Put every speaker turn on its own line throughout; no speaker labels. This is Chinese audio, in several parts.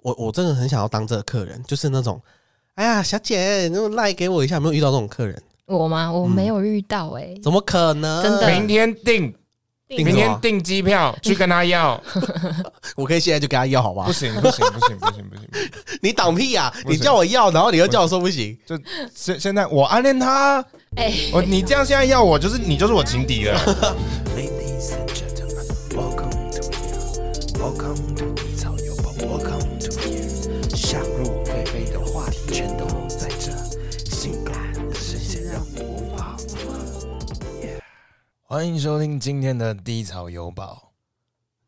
我我真的很想要当这个客人，就是那种，哎呀，小姐，你赖给我一下，有没有遇到这种客人？
我吗？我
嗯
没有遇到哎、
怎么可能？
真的
没
对
明天订，
订
明
什
天
么？
订机票去跟他要，
我可以现在就跟他要，好不好
不？行不行不行不行不行，不行
你挡屁呀、
不
你
行
叫我要，然后你又叫我说不行，
现现在我暗恋他，
哎、
我你这样现在要我就是你就是我情敌了。
Ladies and gentlemen, welcome to here. Welcome to 一草有宝，Welcome to here. 想入非非的话题全都在这，性感的视线让你无法自拔。
欢迎收听今天的低潮有宝，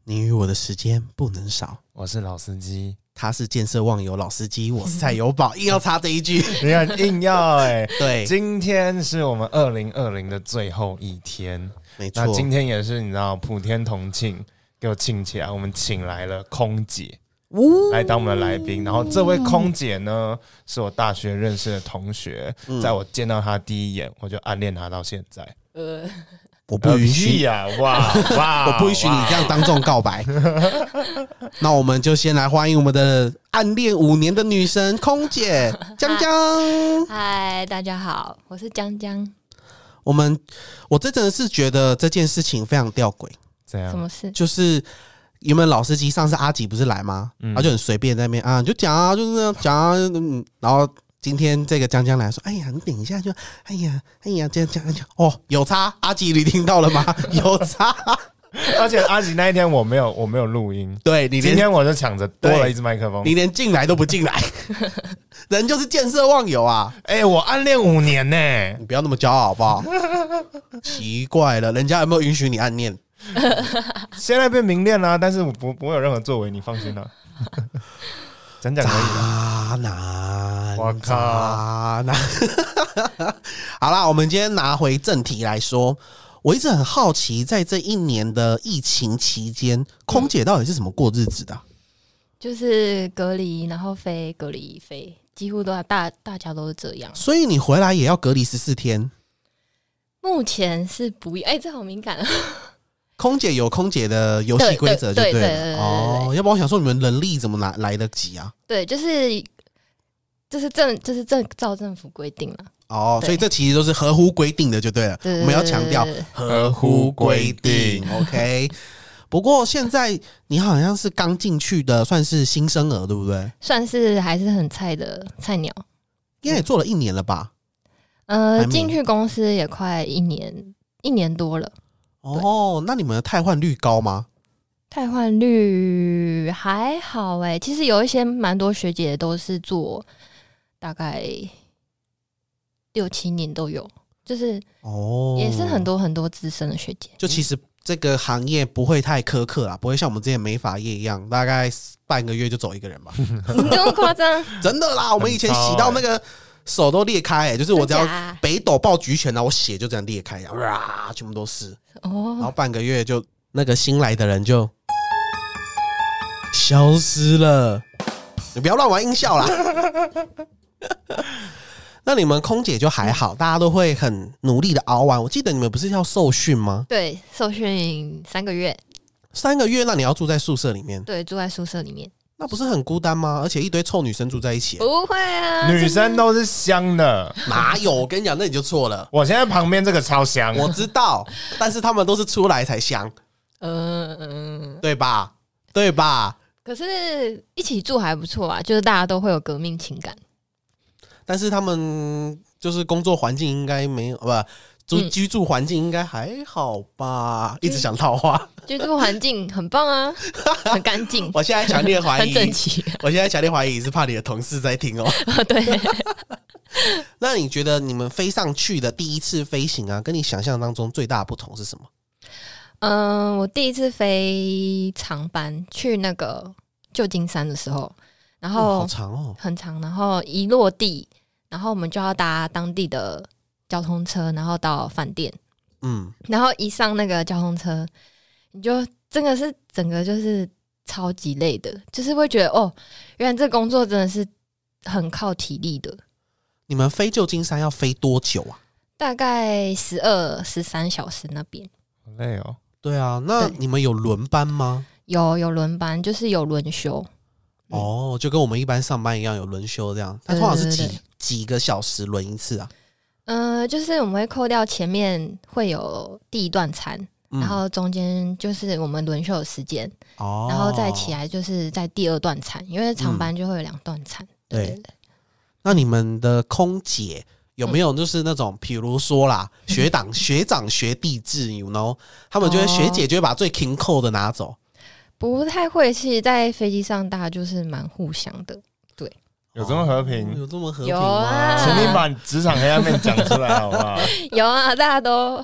你与我的时间不能少。
我是老司机。
他是建设忘友老司机，
嗯
我是蔡友宝，硬要插这一句。
你很硬要
欸
哎、
对，
今天是我们二零二零的最后一天，
没错
那。今天也是你知道普天同庆，给我庆起来，我们请来了空姐
呜
来当我们的来宾。然后这位空姐呢，是我大学认识的同学，
嗯
在我见到她第一眼，我就暗恋她到现在。
呃，
我不允
呃屁
许，
呀、哇哇！
我不允许你
哇
这样当众告 白。那我们就先来欢迎我们的暗恋五年的女神空姐江江。
嗨，大家好，我是江江，
我们，我这真的是觉得这件事情非常吊诡，
怎
哎
什
样？
么事？
就是原本老司机上次阿吉不是来吗？
嗯
他就很随便在那边啊，你就讲啊，就是那样讲啊，嗯，然后今天这个江江来说，哎呀，你等一下就，哎呀，哎呀，这样这样这样，哦，有差，阿吉你听到了 吗？有差，
而且阿吉那一天我没有我没有录音，
对你
今
连
天我就抢着多了一支麦克风。
你连进来都不进来， 人就是见色忘友啊。
哎、我暗恋五年呢、
你不要那么骄傲好不好？奇怪了，人家有没有允许你暗恋？
现在被明恋啦、但是我不不会有任何作为，你放心啦、 讲讲而已啦。
渣男，
我靠
渣男。 好啦，我们今天拿回正题来说，我一直很好奇，在这一年的疫情期间，空姐到底是怎么过日子的啊、
嗯就是隔离，然后飞，隔离飞，几乎都要大大家都是这样。
所以你回来也要隔离十四天。
目前是不哎、这好敏感啊！
空姐有空姐的游戏规则就
对对对对对
了
对
哦，要不然我想说你们人力怎么拿来得及啊？
对，就是就是政就是政照政府规定了，
哦，
对
所以这其实都是合乎规定的，就对了。
对对
我们要强调
对对对
合乎规定。OK，不过现在你好像是刚进去的，算是新生儿，对不对？
算是还是很菜的菜鸟。
应该也做了一年了吧？还
呃，
没
进去公司也快一年一年多了，
哦，那你们的汰换率高吗？
汰换率还好哎、其实有一些蛮多学姐都是做大概六七年都有，就是
哦，
也是很。多很多资深的学 姐。
就其实这个行业不会太苛刻啦，不会像我们之前美发业一样，大概半个月就走一个人吧。
你那么夸张？
真的啦，我们以前
很糟
洗到那个手都裂开、欸，就是我只要
真假啊
北斗抱举拳，然后我血就这样裂开，然后哇，全部都是。然后
哦，
半个月就那个新来的人就消失了。你不要乱玩音效啦。 那你们空姐就还好，大家都会很努力的熬完。我记得你们不是要受训吗？
对，受训三个月，
三个月，那你要住在宿舍里面，
对，住在宿舍里面。
那不是很孤单吗？而且一堆臭女生住在一起，
不会啊，
女生都是香的，
哪有？我跟你讲，那你就错了。
我现在旁边这个超香。
我知道，但是他们都是出来才香，
嗯嗯，
对吧？对吧？
可是一起住还不错啊，就是大家都会有革命情感。
但是他们就是工作环境应该没有，呃不，住
嗯
居住环境应该还好吧？一直
居
想套 话，
居住环境很 棒啊，很干净，
我现在强烈怀
很
疑，
整齐。
我现在强烈怀疑是怕你的同事在听哦。
对，
那你觉得你们飞上去的第一次飞行啊，跟你想象当中最大的不同是什么？
嗯，我第一次飞长班去那个旧金山的时候，然
哦，
后
好长哦，
很长，然后一落地，然后我们就要搭当地的交通车，然后到饭店，
嗯，
然后一上那个交通车，你就真的是整个就是超级累的，就是会觉得哦，原来这工作真的是很靠体力的，
你们飞旧金山要飞多久啊？
大概十二十三小时那边。
好累哦，
对啊，那
对
你们有轮班吗？
有有轮班，就是有轮休，
哦，就跟我们一般上班一样有轮休这样，但
对
通常是
对
几
对
几个小时轮一次啊。
呃，就是我们会扣掉前面会有第一段餐，
嗯
然后中间就是我们轮休的时间，
哦，嗯
然后再起。来就是在第二段餐，因为长班就会有两段餐。对
对
对对，
那你们的空姐有没有就是那种，比如说 啦，学长、学长、学弟制，you know，他们就会
哦
学姐就会把最勤扣的拿走。
不太会。其实，在飞机上大家就是蛮互相的。
有这么和平
哦？有这么和平
有
吗？
啊
请你把职场黑暗面讲出来好不好？
有啊，大家都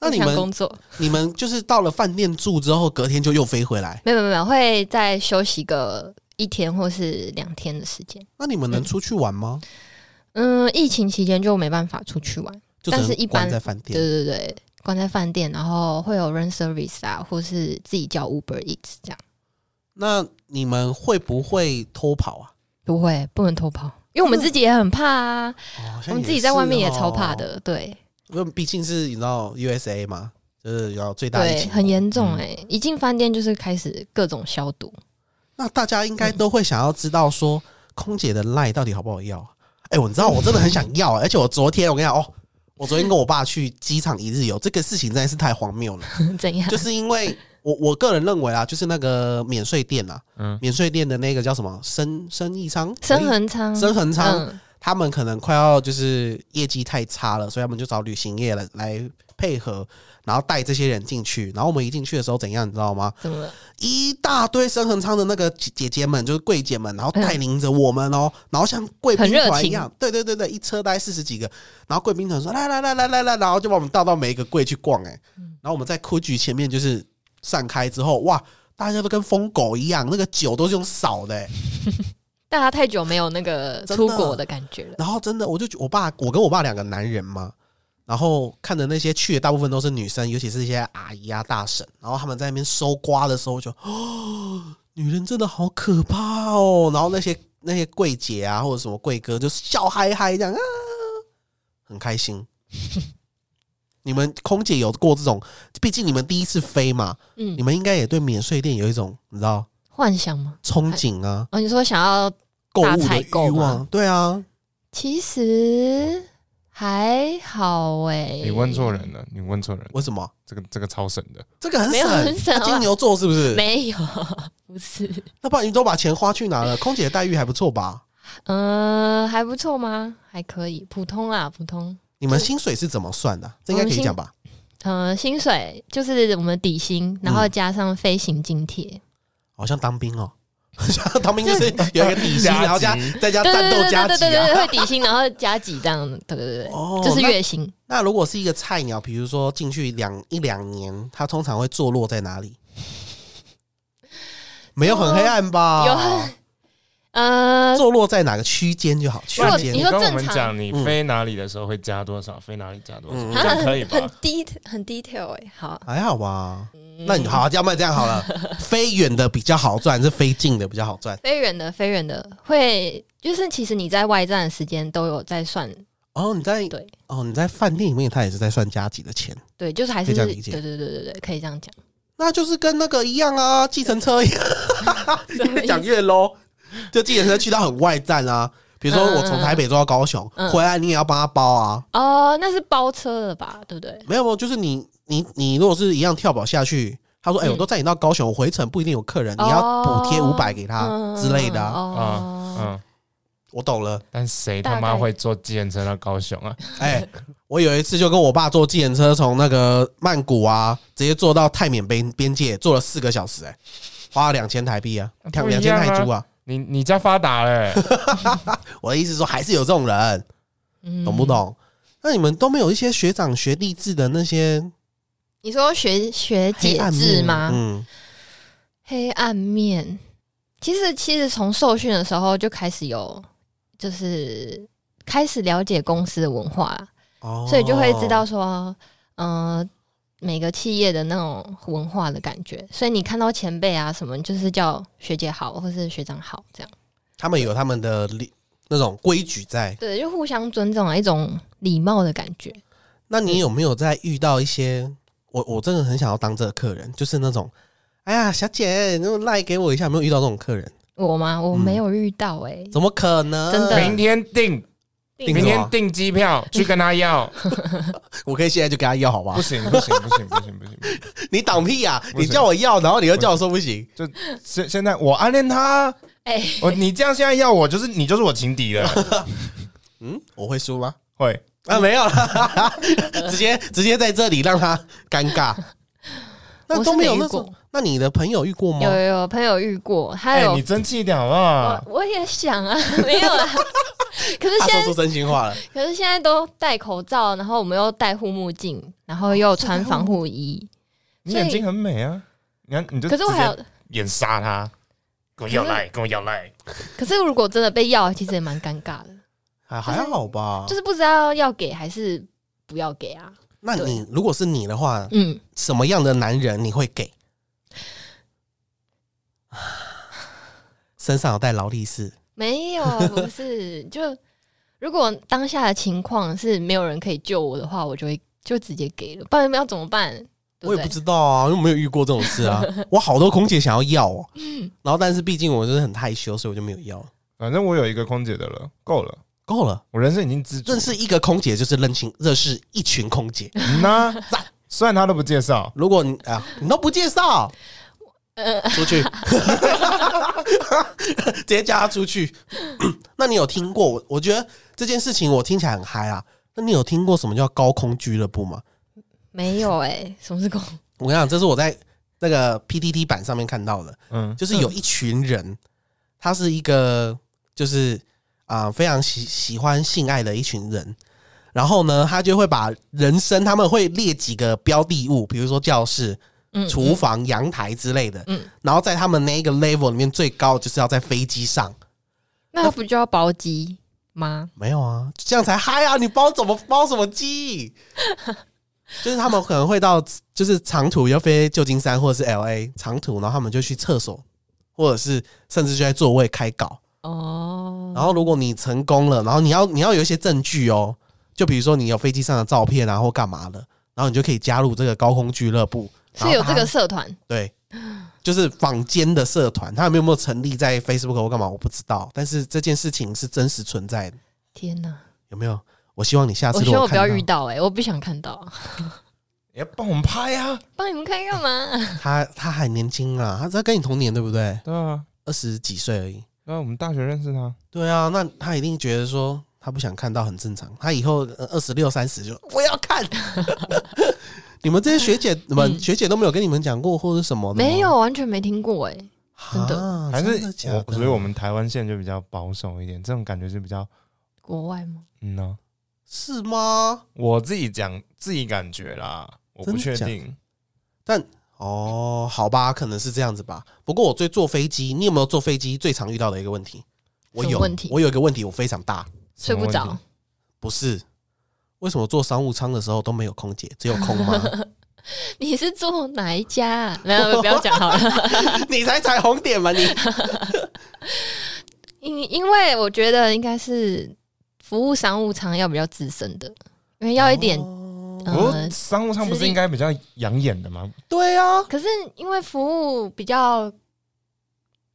那
互
你
相
们
工作，
你们就是到了饭店住之后，隔天就又飞回来。
没有没有没有，会再休息个一天或是两天的时间。
那你们能出去玩吗？
嗯，疫情期间就没办法出去玩。
就只能
但是一般
关在饭店。
对对对，关在饭店，然后会有 room service 啊，或是自己叫 Uber Eats 这样。
那你们会不会偷跑啊？
不会，不能偷跑，因为我们自己也很怕啊，
哦好像
我们自
也
己
是
在外面也
哦
超怕，的，对
因为毕竟是你知道 USA 嘛，就是要最大嗯疫
对，
情
很严重哎、一进饭店就是开始各种消 毒，
那大家应该都会想要知道说，空姐的赖到底好不好要啊？哎、我你知道我真的很想要、而且我昨天我跟你讲哦，我昨天跟我爸去机场一日游，这个事情真的是太荒谬了。
怎样？
就是因为我我个人认为啊，就是那个免税店啊，
嗯
免税店的那个叫什么生生意商，
深恒仓，
生恒仓，
嗯，
他们可能快要就是业绩太差了，所以他们就找旅行业来来配合，然后带这些人进去。然后我们一进去的时候怎样，你知道吗？
怎么了？
一大堆深恒仓的那个姐姐姐们，就是柜姐们，然后带领着我们哦，然后像贵宾团一样，对对对对，一车大概四十几个，然后贵宾团说来来来来来来，然后就把我们带到每一个柜去逛、哎，然后我们在酷局前面就是散开之后，哇，大家都跟疯狗一样，那个酒都是用扫的、哎
大家太久没有那个
真的
出国的感觉了，
然后真的，我就觉我爸，我跟我爸两个男人嘛，然后看着那些去的大部分都是女生，尤其是一些阿姨啊、大婶，然后他们在那边收刮的时候就， 哦，女人真的好可怕哦。然后那些那些柜姐啊，或者什么柜哥，就笑嗨嗨这样啊，很开 心。你们空姐有过这种，毕竟你们第一次飞嘛，
嗯
你，们应该也对免税店有一种你知道
幻想吗？
憧憬啊、
哦，你说想要，
购
大
物的
采购
欲望，对啊，
其实还好哎、
你问错人了，你问错人了，
为什么？
这个这个超神的，
这个很
没有
省
很省
那
好吧
金牛座是不是？
没有，不是。
那不然你都把钱花去哪了？空姐的待遇还不错吧？
嗯，还不错吗？还可以，普通啦，普通。
你们薪水是怎么算的？这应该可以讲吧？
呃，薪水就是我们底薪，然
嗯
后加上飞行津贴。
好像当兵哦， 像当兵就是有一个底薪，
加急
然后 加再加
对
战
对
斗
对
加
对
级
对对对，
啊。
会底薪，然后加几这样，对对对，
哦，
就是
那
月薪。
那如果是一个菜鸟，比如说进去两一两年，它通常会坐落在哪 里？没有很黑暗吧？
有很呃，
坐落在哪个区间就好，区
如果
间
你说
跟我
正
们
常
讲，你
嗯
飞哪里的时候会加多少，飞哪里加多
嗯
少，
啊
这样可以
很
吧？
低很 detail 哎、好，
还好吧？那你
嗯
好，要不然这样 好了，飞远的比较好赚，还是飞近的比较好赚？
飞远的飞远的会，就是其实你在外站的时间都有在算，
哦，你在
对
哦，你在饭店里面，他也是在算加急的钱，
对，就是还
可以
是
这
对
样理解
对对对对，可以这样讲。
那就是跟那个一样啊，计程车一样，越 讲越 low。就计程车去到很外站啊，比如说我从台北坐到高雄，
嗯
回来你也要帮他包啊。
哦，那是包车了吧？对不对？
没有没有，就是你你你如果是一样跳保下去，他说：“哎、
嗯
我都载你到高雄，我回程不一定有客人，你要补贴
哦
五百给他、
嗯
之类的、啊。
哦，
嗯，
我懂了。
但谁他妈会坐计程车到高雄啊？
哎、我有一次就跟我爸坐计程车，从那个曼谷啊，直接坐到泰缅边边界，坐了四个小时、哎，花了两千台币啊，两
不一
两
样
千泰铢啊。
你你家发达了、
我的意思是说，还是有这种人，
嗯
懂不？懂？那你们都没有一些学长学弟制的那些
你说学学
黑
姐
暗
制
面
吗？
嗯，
黑暗面，其实其实从受训的时候就开始有，就是开始了解公司的文化啦，
哦，
所以就会知道说，嗯、每个企业的那种文化的感觉，所以你看到前辈啊什么，就是叫学姐好，或是学长好这样，
他们有他们的礼那种规矩在。
对，就互相尊重啊，一种礼貌的感觉。
那你有没有在遇到一些我我真的很想要当这个客人，就是那种，哎呀，小姐，那么赖给我一下，有没有遇到这种客人？
我吗？我没有遇到哎、
怎么可能？
真的
明天订，
订
明
什
天
么
订机票去跟他要，
我可以现在就跟他要，好不好
不？行不行不行不行不行，
你挡屁呀、
不
你
行
叫我要，然后你又叫我说不行，
就现现在我暗恋他，
哎、
我你这样现在要我就是你就是我情敌了，
嗯，我会输吗？
会
啊，没有啦， 直接直接在这里让他尴尬。 那
我
都
是
没
没
有
遇
那
过
种，那你的朋友遇过吗？
有有有朋友遇过，他
哦哎
有、
你争气一点好不好？
我我也想啊， 没有啦。可是
他说
现在
出真心 话了，
可是现在都戴口罩，然后我们又戴护目镜，然后又穿防护衣。
你
所以
眼睛很美啊，你看
哦
你就
可是我还有，
眼杀他，跟我要赖，跟我要赖，
可是如果真的被要，其实也蛮尴尬 的，
还还好吧。
就是不知道要给还是不要给啊。
那你如果是你的话，
嗯，
什么样的男人你会 给？身上有带劳力士，
没有，不是。就如果当下的情况是没有人可以救我的话，我就会就直接给了，不然要怎么办？对
我
不
也
对
不？知道啊，又没有遇过这种事 啊。我好多空姐想要要哦，
嗯
然后但是毕竟我就是很害羞，所以我就没有要。
反正我有一个空姐的了，够了，
够了，
我人生已经知足
认识一个空姐就是认清认识一群空姐。
嗯呐，虽然他都不介绍，
如果你啊，你都不介绍，出去， 直接叫他出去。 那你有听过？我我觉得这件事情我听起来很嗨啊。那你有听过什么叫高空俱乐部吗？
没有哎、什么是公？
我跟你讲，这是我在那个 PTT 版上面看到的，
嗯，
就是有一群人，他是一个就是啊、非常喜喜欢性爱的一群人。然后呢，他就会把人生他们会列几个标的物，比如说教室，
嗯，
厨房、阳台之类的，
嗯
然后在他们那一个 level 里面最高就是要在飞机上，
那不就要包机吗？
没有啊，这样才嗨啊！你包怎么包什么 机？就是他们可能会到，就是长途要飞旧金山或者是 L A 长途，然后他们就去厕所，或者是甚至就在座位开搞。
哦，
然后如果你成功了，然后你要你要有一些证据哦，就比如说你有飞机上的照片啊，或干嘛的，然后你就可以加入这个高空俱乐部。
是有
然后他
这个社团，
对，就是坊间的社团，他们有没有成立在 Facebook 或干嘛，我不知道。但是这件事情是真实存在的，
天哪！
有没有？我希望你下次
我希
如
望
果
我不要
看
遇
到
到哎、我不想看到。
也帮我们拍啊，
帮你们看干 嘛？
他，他还年轻啊，他在跟你同年对不对？
对啊，
二十几岁而已。
对啊，我们大学认识他，
对啊，那他一定觉得说他不想看到很正常，他以后呃二十六三十就我要看。 你们这些学姐们、
嗯
学姐都没有跟你们讲过或者什么的吗
没，
哦
有，完全没听过哎、真的
啊
还
真的假
是
的
我，所以我们台湾线就比较保守一点，这种感觉是比较
国外吗？
嗯呢、
是吗？
我自己讲自己感觉啦，我不
真
确
假
定，
哦，好吧，可能是这样子吧。不过我最坐飞机，你有没有坐飞机最常遇到的一个问题？我
什么
有
问题
我有一个问题，我非常大，
睡不
什么问
着
题，，
不是为什么坐商务舱的时候都没有空姐，只有空 妈？
你是住哪一家、 啊？没有，不要讲好了。
你才踩红点嘛你！
因因为我觉得应该是服务商务舱要比较资深的，因为要一点。
哦
不
呃
是商务舱不
资
是
历
应该比较养眼的吗？
对啊，
可是因为服务比较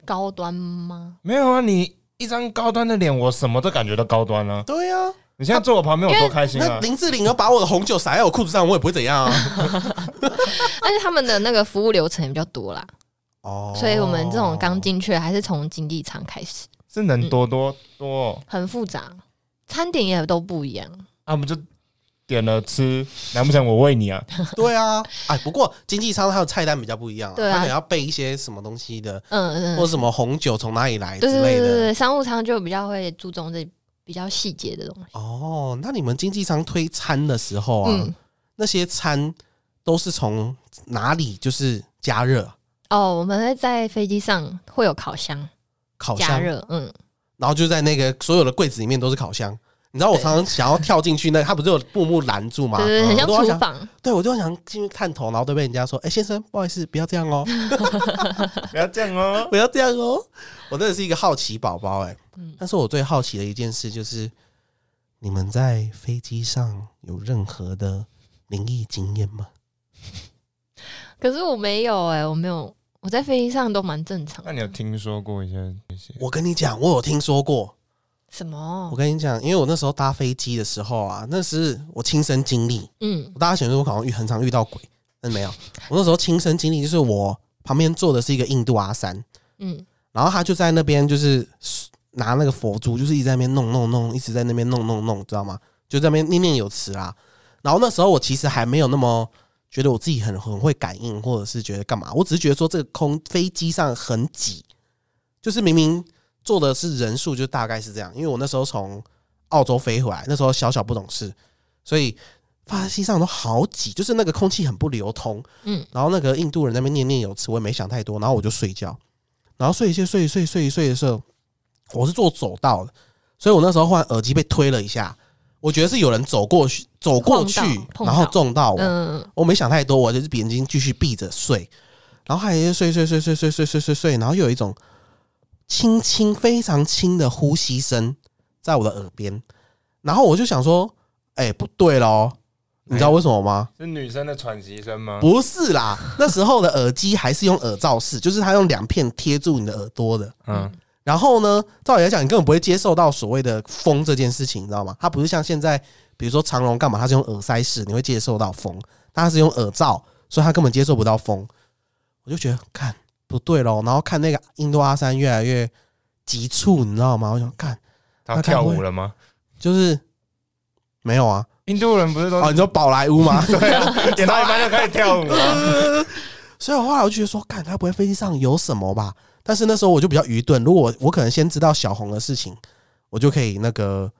高端吗？
没有啊，你一张高端的脸，我什么都感觉到高端啊。
对啊。
你现在坐我旁边，我多开心
那
啊！
林志玲要把我的红酒洒在我裤子上，我也不会怎样 啊。
而且他们的那个服务流程也比较多 啦，
哦
所以我们这种刚进去的还是从经济舱开始，
是能多多多
很复杂，餐点也都不一样。
啊，不就点了吃，难不成我喂你啊？
对啊，哎，不过经济舱它的菜单比较不一样、啊，
对啊
它可能要备一些什么东西的，
嗯嗯，
或什么红酒从哪里来之
对对
类
对对
的。
对，商务舱就比较会注重这比较细节的东西。
哦，那你们经济舱推餐的时候啊，
嗯，
那些餐都是从哪里就是加热
哦，我们会在飞机上会有烤箱
烤
加
箱，
热，嗯，
然后就在那个所有的柜子里面都是烤箱。你知道我
对
常常想要跳进去那， 它不是有布幕拦住吗？
对对对，很像
我都
厨
想，
房，
对我就想进去探头，然后都被人家说：“哎、先生，不好意思，不要这样哦，
不要这样哦。
不要这样哦。” 我真的是一个好奇宝宝哎
嗯。
但是我最好奇的一件事就是，你们在飞机上有任何的灵异经验吗？
可是我没有哎、我没有，我在飞机上都蛮正常
那。你有听说过一些一些
我跟你讲，我有听说过。
什么
我？跟你讲，因为我那时候搭飞机的时候啊，那是我亲身经历。
嗯
我大家想说，我好像遇很常遇到鬼，但没有。我那时候亲身经历就是我旁边坐的是一个印度阿三，
嗯，
然后他就在那边就是拿那个佛珠，就是一直在那边弄弄弄，一直在那边弄弄弄，知道吗？就在那边念念有词啦。然后那时候我其实还没有那么觉得我自己很很会感应，或者是觉得干嘛，我只是觉得说这个空飞机上很挤，就是明明坐的是人数，就大概是这样。因为我那时候从澳洲飞回来，那时候小小不懂事，所以发机上都好挤，就是那个空气很不流通。
嗯，
然后那个印度人在那边念念有词，我也没想太多，然后我就睡觉。然后睡一睡睡一睡睡一睡的时候，我是坐走道的，所以我那时候换耳机被推了一下，我觉得是有人走过去走过去
碰到，碰到
然后撞到我，
嗯，
我没想太多，我就是闭眼睛继续闭着睡，然后还睡睡睡睡睡睡睡睡睡，然后又有一种轻轻非常轻的呼吸声在我的耳边，然后我就想说，哎、不对喽，你知道为什么吗？
是女生的喘息声吗？
不是啦，那时候的耳机还是用耳罩式，就是它用两片贴住你的耳朵的。
嗯，
然后呢，照理来讲，你根本不会接受到所谓的风这件事情，你知道吗？它不是像现在，比如说长龙干嘛，它是用耳塞式，你会接受到风，但它是用耳罩，所以它根本接受不到风。我就觉得看不对咯，然后看那个印度阿三越来越急促，你知道吗？我想看
她跳舞了吗？
就是没有啊，
印度人不是都
哦，你说宝莱坞吗？
对啊，演到一半就开始跳舞了。
所以我后来我就觉得说，看他不会飞机上有什么吧？但是那时候我就比较愚钝，如果我我可能先知道小红的事情，我就可以那个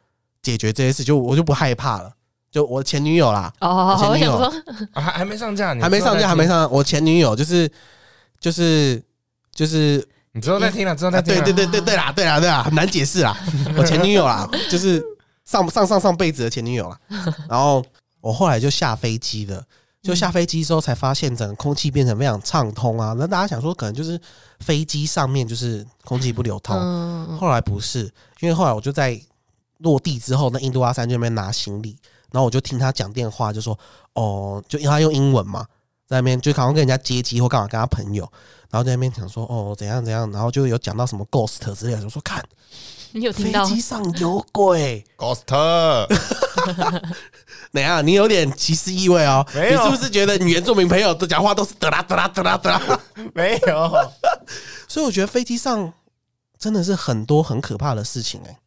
解决这些事，就我就不害怕了。就我前女友啦，
哦，
我
我
前女
想
友
说，
啊还还没上架，你
还没上
之
架，
后再听
还没。上架，我前女友就是就是就是、
你之后再听了，之后
啊，
再听
对
了。
对对对对啦，对啦对啦，很难解释啦。我前女友啦，就是上上上上辈子的前女友啦。然后我后来就下飞机了。就下飞机之后才发现，整个空气变成非常畅通啊！那大家想说，可能就是飞机上面就是空气不流通。
嗯，
后来不是，因为后来我就在落地之后，那印度阿三就在那边拿行李，然后我就听他讲电话，就说哦，就因为他用英文嘛，在那边就好像跟人家接机或干嘛，跟他朋友，然后在那边讲说哦怎样怎样，然后就有讲到什么 ghost 之类的，我说看
你有
飞
听到？
机上有鬼，
Ghost，
怎样？你有点歧视意味哦，
没有
你是不是觉得你原住民朋友都讲话都是得啦得啦得啦得啦？
没有。
所以我觉得飞机上真的是很多很可怕的事情哎、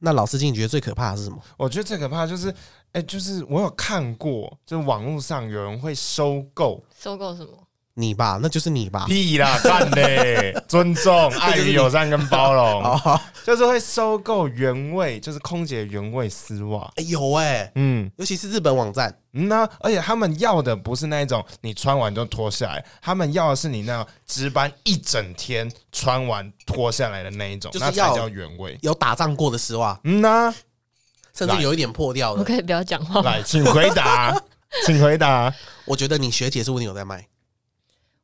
那老司机，你觉得最可怕的是什么？
我觉得最可怕就是，哎、就是我有看过，就是网络上有人会收购，
收购什么？
你吧，那就是你吧。
屁啦，干嘞，尊 重、爱与友善跟包容，
哦，
就是会收购原味，就是空姐原味丝袜。
哎有哎、
嗯，
尤其是日本网站，
嗯呐、而且他们要的不是那一种你穿完就脱下来，他们要的是你那样值班一整天穿完脱下来的那一种，
就是
那才
要
叫原味。
有打仗过的丝袜，
嗯呐、
甚至有一点破掉
我
的。
可以不要讲话。
来，请回 答，请回答。
我觉得你学姐是不是有在卖？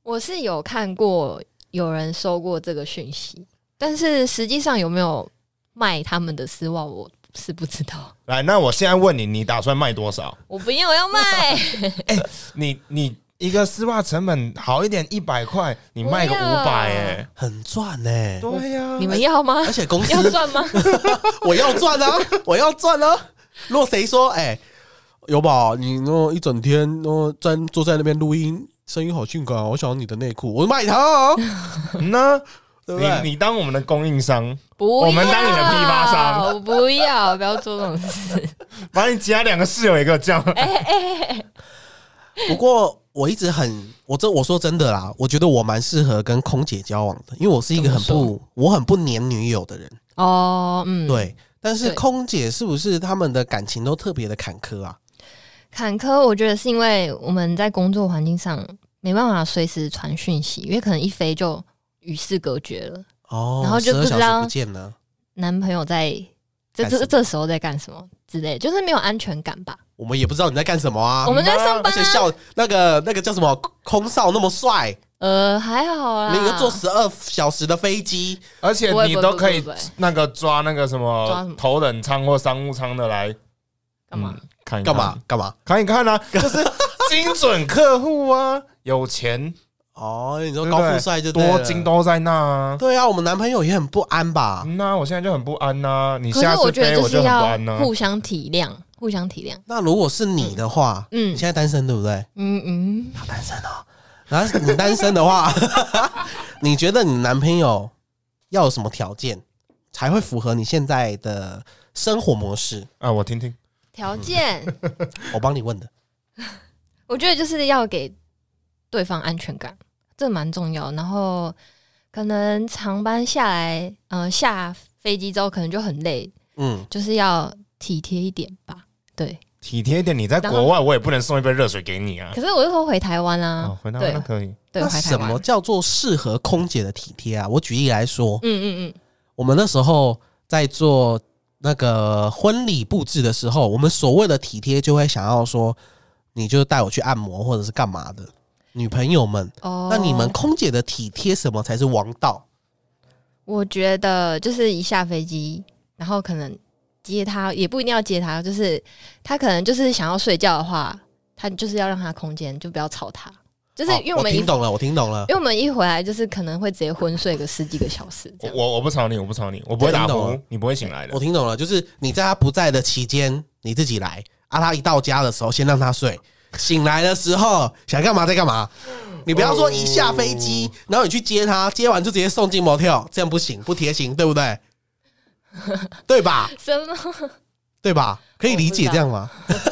我是有看过有人收过这个讯息，但是实际上有没有卖他们的丝袜，我是不知道。
来，那我现在问你，你打算卖多少？
我不要，我要卖，
你你一个丝袜成本好一点一百块，你卖个
不要
五百哎，
很赚呢、
对呀、
你们要吗？
而且公司
要赚 吗？
我要赚啊，我要赚啊。若谁说，哎、有吧？你那一整天那在坐在那边录音，声音好性感啊，我想要你的内裤，我卖它、 啊，
呢？
对不对？
嗯你你当我们的供应商，
不要，啊
我们当你的批发商
我不要，不要做这种事。
把你其他两个室友也给我叫来。
哎
不过我一直很，我这我说真的啦，我觉得我蛮适合跟空姐交往的，因为我是一个很
怎么
不，我很不黏女友的人。
哦，嗯，，
对，但是
对
空姐是不是他们的感情都特别的坎坷啊？
坎坷，我觉得是因为我们在工作环境上没办法随时传讯息，因为可能一飞就与世隔绝了。
哦，
然后就
12
不知
小时
道
不见了。
男朋友在这
干什
这
么
这时候在干什么之类，就是没有安全感吧？
我们也不知道你在干什么啊
我。们在上
而
班
且
啊、
笑那个那个叫什么空少那么帅，
呃，还好啦。
你一个坐十二小时的飞机，
而且
不会
你
不会
都
不
可
会
以
不会
那个抓那个什
抓什么
么头等舱或商务舱的来
干嘛？
嗯看一看
干嘛？干嘛？
看一看啊，就是精准客户啊，有钱
哦，你说
对不
高
对
富帅就对了
多金都在那啊。嗯
对啊，我们男朋友也很不安吧？
那我现在就很不安呐、你
可是
下
我
次
觉得
飞
就
我
是
很不
要
安呐、啊
互相体谅，互相体谅。
那如果是你的话，
嗯
你现在单身对不对？
嗯嗯，
他单身哦。然后你单身的话， 你觉得你男朋友要有什么条件才会符合你现在的生活模式？
啊！我听听，
条件，
我帮你问的。
我觉得就是要给对方安全感，这蛮重要。然后可能长班下来，呃，下飞机之后可能就很累，
嗯，
就是要体贴一点吧。对，
体贴一点。你在国外，我也不能送一杯热水给你啊。
可是我是说回台湾
啊
哦
啊，，
回到
对
那可以。
对，
那
回台
什
湾。
么叫做适合空姐的体贴啊？我举例来说，
嗯嗯
我们那时候在做那个婚礼布置的时候，我们所谓的体贴就会想要说，你就带我去按摩或者是干嘛的。女朋友们，
嗯，哦，
那你们空姐的体贴什么才是王道？
我觉得就是一下飞机，然后可能接他，也不一定要接他，就是他可能就是想要睡觉的话，他就是要让他空间，就不要吵他。就是
好
因为我们一
听懂了，哦我听懂了
因。为我们一回来就是可能会直接昏睡个十几个小时这
我
样。
哦
我我不吵你，我不吵你，我不会打
真的
呼
哦，
你不会醒来的
我。听懂了，就是你在他不在的期间，你自己来啊。他一到家的时候，先让他睡，醒来的时候想干嘛再干嘛。你不要说一下飞机，然后你去接他，接完就直接送进 motel，这样不行，不贴心，对不对？对吧？
什么？
对吧？可以理解
我不知道
这样吗？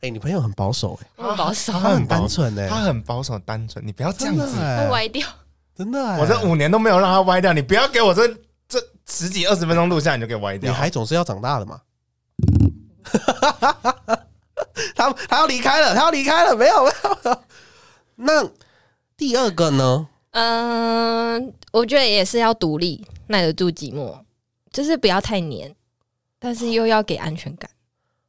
哎、你朋友很保守、欸，
我很保守，
他
他
很
很保
单纯哎、
他很保守单纯，你不要这样
真的
子。
会
哎、
歪掉。
真的哎、
啊我这五年都没有让他歪掉，你不要给我这这十几二十分钟录下，你就给歪
女
掉。
孩总是要长大的嘛。他他要离开了，他要离开了，没有没有没有。那第二个呢？
嗯、我觉得也是要独立，耐得住寂寞，就是不要太黏，但是又要给安全感。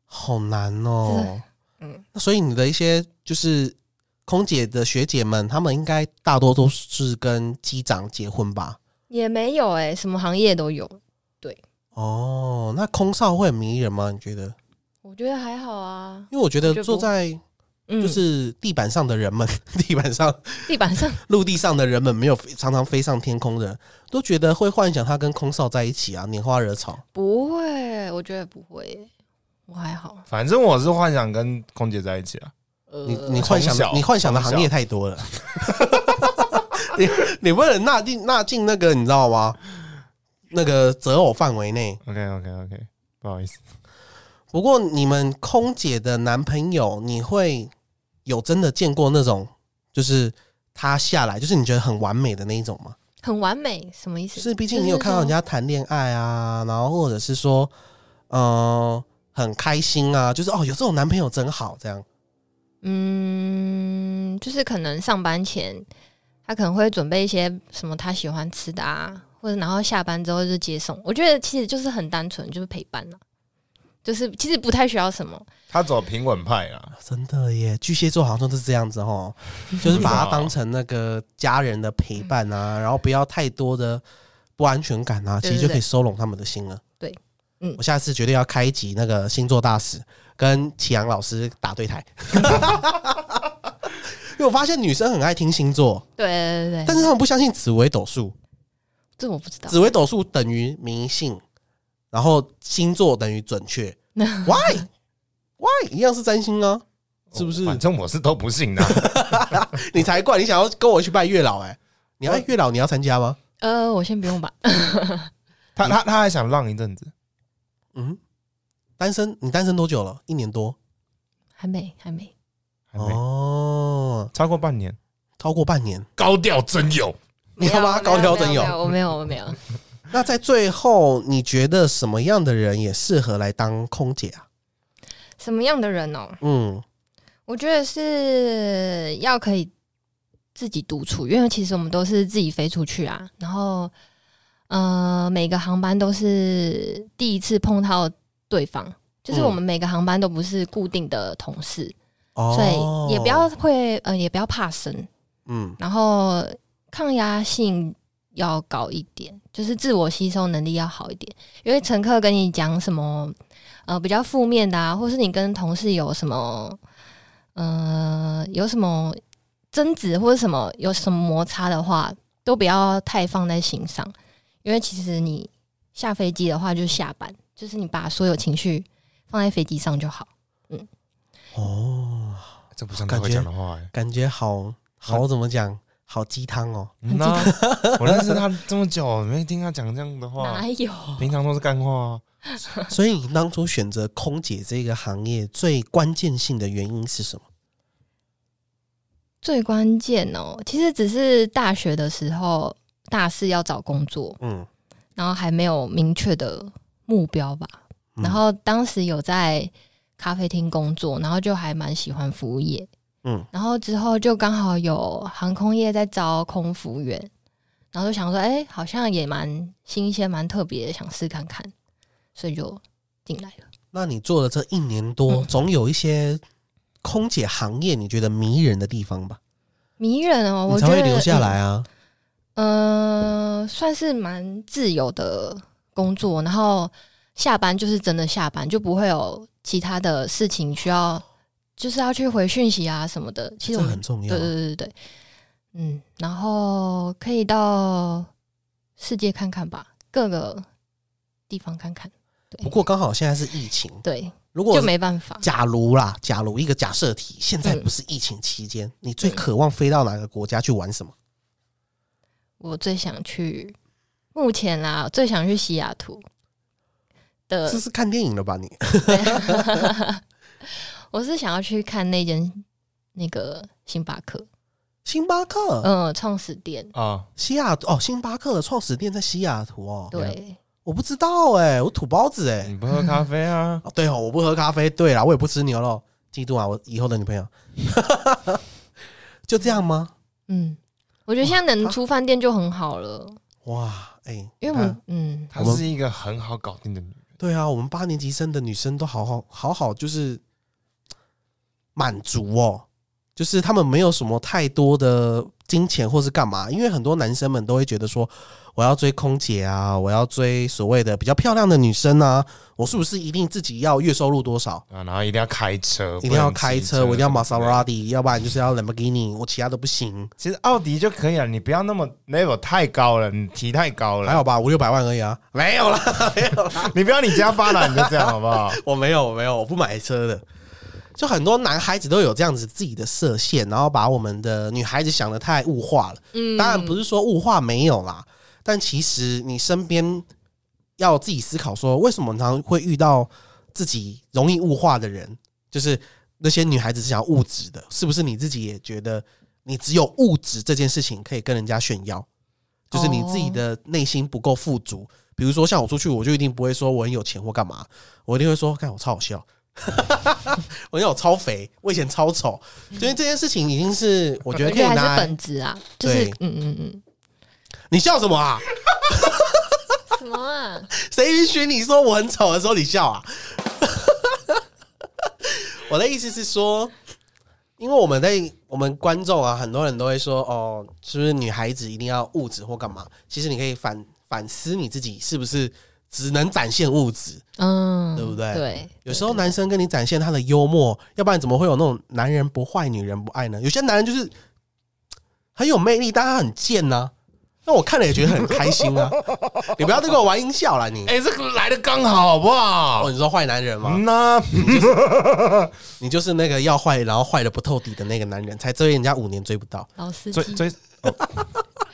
好难哦。
嗯，
那所以你的一些就是空姐的学姐们，她们应该大多都是跟机长结婚吧？
也没有哎、什么行业都有，
哦，那空少会很迷人吗？你觉得？
我觉得还好啊。
因为我觉
我
得
觉得不
坐在
嗯，
就是地板上的人们， 地板上
地板上
陆地上的人们没有飞常常飞上天空的人，都觉得会幻想他跟空少在一起啊，拈花惹草。
不会，我觉得不会耶、我还好。
反正我是幻想跟空姐在一起啊。
呃，
你你幻想
从小
你幻想的行业太多 了，你你不能纳进纳进那个你知道吗？那个择偶范围内。
OK OK OK，不好意思，
不过你们空姐的男朋友，你会有真的见过那种，就是他下来，就是你觉得很完美的那一种吗？
很完美，什么意思？
是，毕竟你有看到人家谈恋爱啊，然后或者是说，呃，很开心啊，就是哦，有这种男朋友真好，这样。
嗯，就是可能上班前，他可能会准备一些什么他喜欢吃的啊，或者然后下班之后就接送。我觉得其实就是很单纯，就是陪伴啊，就是其实不太需要什么。
他走平稳派啊啦。
啊真的耶，巨蟹座好像都是这样子哦， 就是把它当成那个家人的陪伴啊，然后不要太多的不安全感啊，其
嗯对
实
对
就可以
对
收拢他们的心了。
对，嗯
我下次绝对要开一集那个星座大使，跟祁阳老师打对 台，因为我发现女生很爱听星座，
对对对对，
但是她们不相信紫微斗数。
这我不知道。
紫微斗数等于迷信，然后星座等于准确。Why? Why? 一样是占星啊，是不是？
反正我是都不信的。啊
你才怪！你想要跟我去拜月老、欸？哎，你要月老，你要参加吗？
呃，我先不用吧。
他他他还想浪一阵子，
嗯，单身，你单身多久了？一年多
还没，还没。
还没
哦，
超过半年。
超过半年。
高调真有，
你他妈
没有
高挑真
没有，没
有。
有我没有，我没有。
那在最后，你觉得什么样的人也适合来当空姐啊？
什么样的人哦？
嗯，
我觉得是要可以自己独处，因为其实我们都是自己飞出去啊，然后呃，每个航班都是第一次碰到对方，就是我们每个航班都不是固定的同事，
哦，
所以也不要会呃，也不要怕生，
嗯
然后抗压性要高一点，就是自我吸收能力要好一点。因为乘客跟你讲什么，呃，比较负面的啊，或是你跟同事有什么，呃，有什么争执或者什么有什么摩擦的话，都不要太放在心上，因为其实你下飞机的话就下班，就是你把所有情绪放在飞机上就好。
哦，
这不像他会讲的话哎、
感觉好好怎么讲？好鸡汤哦，
嗯呐，我认识他这么久，没听他讲这样的话
哪，有？
平常都是干话啊。
所以你当初选择空姐这个行业最关键性的原因是什么？
最关键哦，其实只是大学的时候，大四要找工作，
嗯，
然后还没有明确的目标吧。
嗯
然后当时有在咖啡厅工作，然后就还蛮喜欢服务业，
嗯，
然后之后就刚好有航空业在招空服员，然后就想说，哎、好像也蛮新鲜、蛮特别的，想试看看，所以就进来了。
那你做了这一年多，
嗯
总有一些空姐行业你觉得迷人的地方吧？
迷人哦，
你
我
才
觉得
会留下来啊。
呃，算是蛮自由的工作，然后下班就是真的下班，就不会有其他的事情需要，就是要去回讯息啊什么的。其实
这
我们
很重要啊
对。对对对对，嗯，然后可以到世界看看吧，各个地方看看。对，
不过刚好现在是疫情，
对，
如果
就没办法。
假如啦，假如一个假设题，现在
嗯
不是疫情期间，你最渴望飞到哪个国家去玩什么？
我最想去，目前啦，最想去西雅图的
这是看电影了吧？你
我是想要去看那间那个星巴克，
星巴克、
嗯、创始店，
啊，
西雅图哦，星巴克的创始店在西雅图哦。
对，
我不知道哎、我土包子哎、
你不喝咖啡 啊？
哦，对哦，我不喝咖啡。对啦，我也不吃牛肉。嫉妒啊，我以后的女朋友。 就这样吗？
嗯，我觉得现在能出饭店就很好了，
哇，哎、
因为我
你
们、
看
嗯，
她
我们
是一个很好搞定的女人。
对啊，我们八年级生的女生都好好好好，就是满足哦，就是他们没有什么太多的金钱或是干嘛，因为很多男生们都会觉得说，我要追空姐啊，我要追所谓的比较漂亮的女生啊，我是不是一定自己要月收入多少？
啊，然后一定要开车，
一定要
不能骑
开车，我一定要
什么
玛
之
莎
类的
拉蒂，要不然就是要兰博基尼，我其他都不行。
其实奥迪就可以了，啊你不要那么 level 太高了，你提太高
还
了，
好吧，五六百万而已啊，没有啦，
你不要你家发达你就这样好不 好？
我没有，我没有，我不买车的。就很多男孩子都有这样子自己的设限，然后把我们的女孩子想的太物化了。
嗯，
当然不是说物化没有啦，但其实你身边要自己思考说，为什么常常会遇到自己容易物化的人？就是那些女孩子是想要物质的，是不是你自己也觉得你只有物质这件事情可以跟人家炫耀？就是你自己的内心不够富足。比如说像我出去，我就一定不会说我很有钱或干嘛，我一定会说，看我超好笑。 我因为我超肥，我以前超丑，所以这件事情已经是我觉得
我
可
觉
以
得还
拿
是
来
本质啊，就是
对
嗯嗯嗯，
你笑什么啊？
什么啊？
谁允许你说我很丑的时候你笑啊？ 我的意思是说，因为我们在我们观众啊，很多人都会说哦，是不是女孩子一定要物质或干嘛？其实你可以反反思你自己是不是只能展现物质？
嗯，
对不对
对，
有时候男生跟你展现他的幽默，要不然怎么会有那种男人不坏女人不爱呢？有些男人就是很有魅力，但他很贱呐、那我看了也觉得很开心啊！你不要再跟我玩音效了，你
哎、这个来的刚好，好不好
哦，？你说坏男人吗？
嗯呐，
你就是那个要坏，然后坏的不透底的那个男人，才追人家五年追不到。
老司
追
机，
追，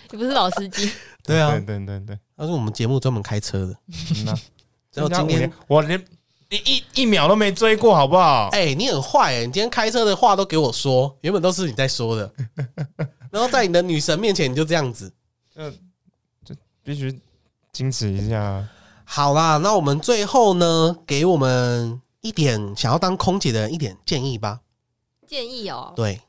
你不是老司 机，
对啊
对，对对对，
他是我们节目专门开车的。
嗯呐，
然后
人家
今
五
天
年，我连你一一秒都没追过，好不好？
哎、你很坏、欸，你今天开车的话都给我说，原本都是你在说的，然后在你的女神面前你就这样子。
必须矜持一下。
好啦，那我们最后呢，给我们一点想要当空姐的人一点建议吧。
建议哦，
对，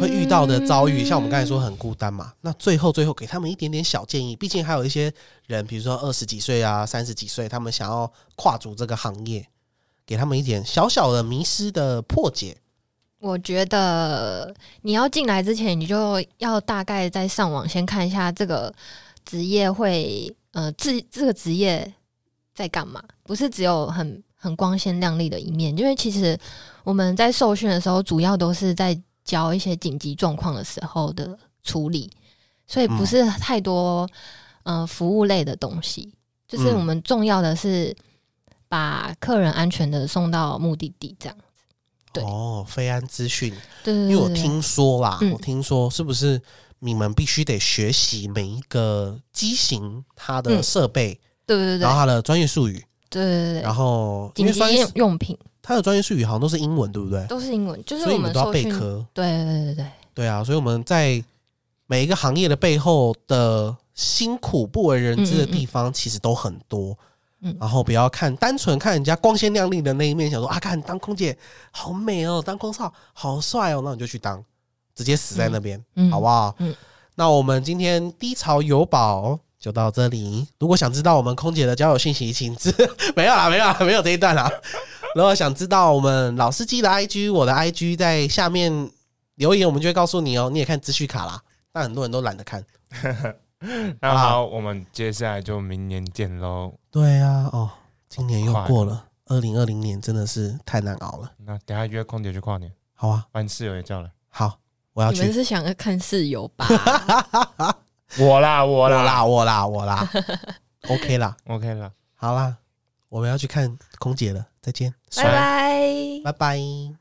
会遇到的遭遇，像我们刚才说
嗯，
很孤单嘛。那最后最后给他们一点点小建议，毕竟还有一些人，比如说二十几岁啊、三十几岁，他们想要跨足这个行业，给他们一点小小的迷失的破解。
我觉得你要进来之前，你就要大概在上网先看一下这个职业会，呃，这这个职业在干嘛，不是只有很很光鲜亮丽的一面，因为其实我们在受训的时候，主要都是在教一些紧急状况的时候的处理，所以不是太多嗯、呃服务类的东西，就是
嗯
我们重要的是把客人安全的送到目的地，这样。对
哦，飞安资讯，
对对对
因为我
对对
听说啦，
嗯
我听说是不是你们必须得学习每一个机型它的
嗯
设备，
对对对
然后它的专业术语，
对对对对
然后因
紧
为专
急
业
用用品
它的专业术语好像都是英文，对不对？
都是英文，就是
所以
我
你们
们
都要
受
备
训，
课。
对对对对对，
对啊，所以我们在每一个行业的背后的辛苦、不为人知的地方，其实都很多。
嗯
然后不要看单纯看人家光鲜亮丽的那一面，想说啊，看当空姐好美哦，当空少好帅哦，那你就去当，直接死在那边，
嗯，
好不啊好？
嗯
那我们今天低潮有宝就到这里。如果想知道我们空姐的交友讯息，请知 没有啦，没有啦，没有这一段啦。如果想知道我们老司机的 IG，我的 IG 在下面留言，我们就会告诉你哦。你也看资讯卡啦，但很多人都懒得看。
那好，我们接下来就明年见喽。
对啊，哦，今年又
好快
过了，二零二零年真的是太难熬了。
那等一下约空姐去跨年，
好啊，
把你室友也叫来。
好，我要
你们
去。
是想要看室友吧？
我啦，我
我
啦
啦，我啦，我啦 ，OK 啦，
，OK 啦。
好啦，我们要去看空姐了，再见，
拜拜。
拜拜。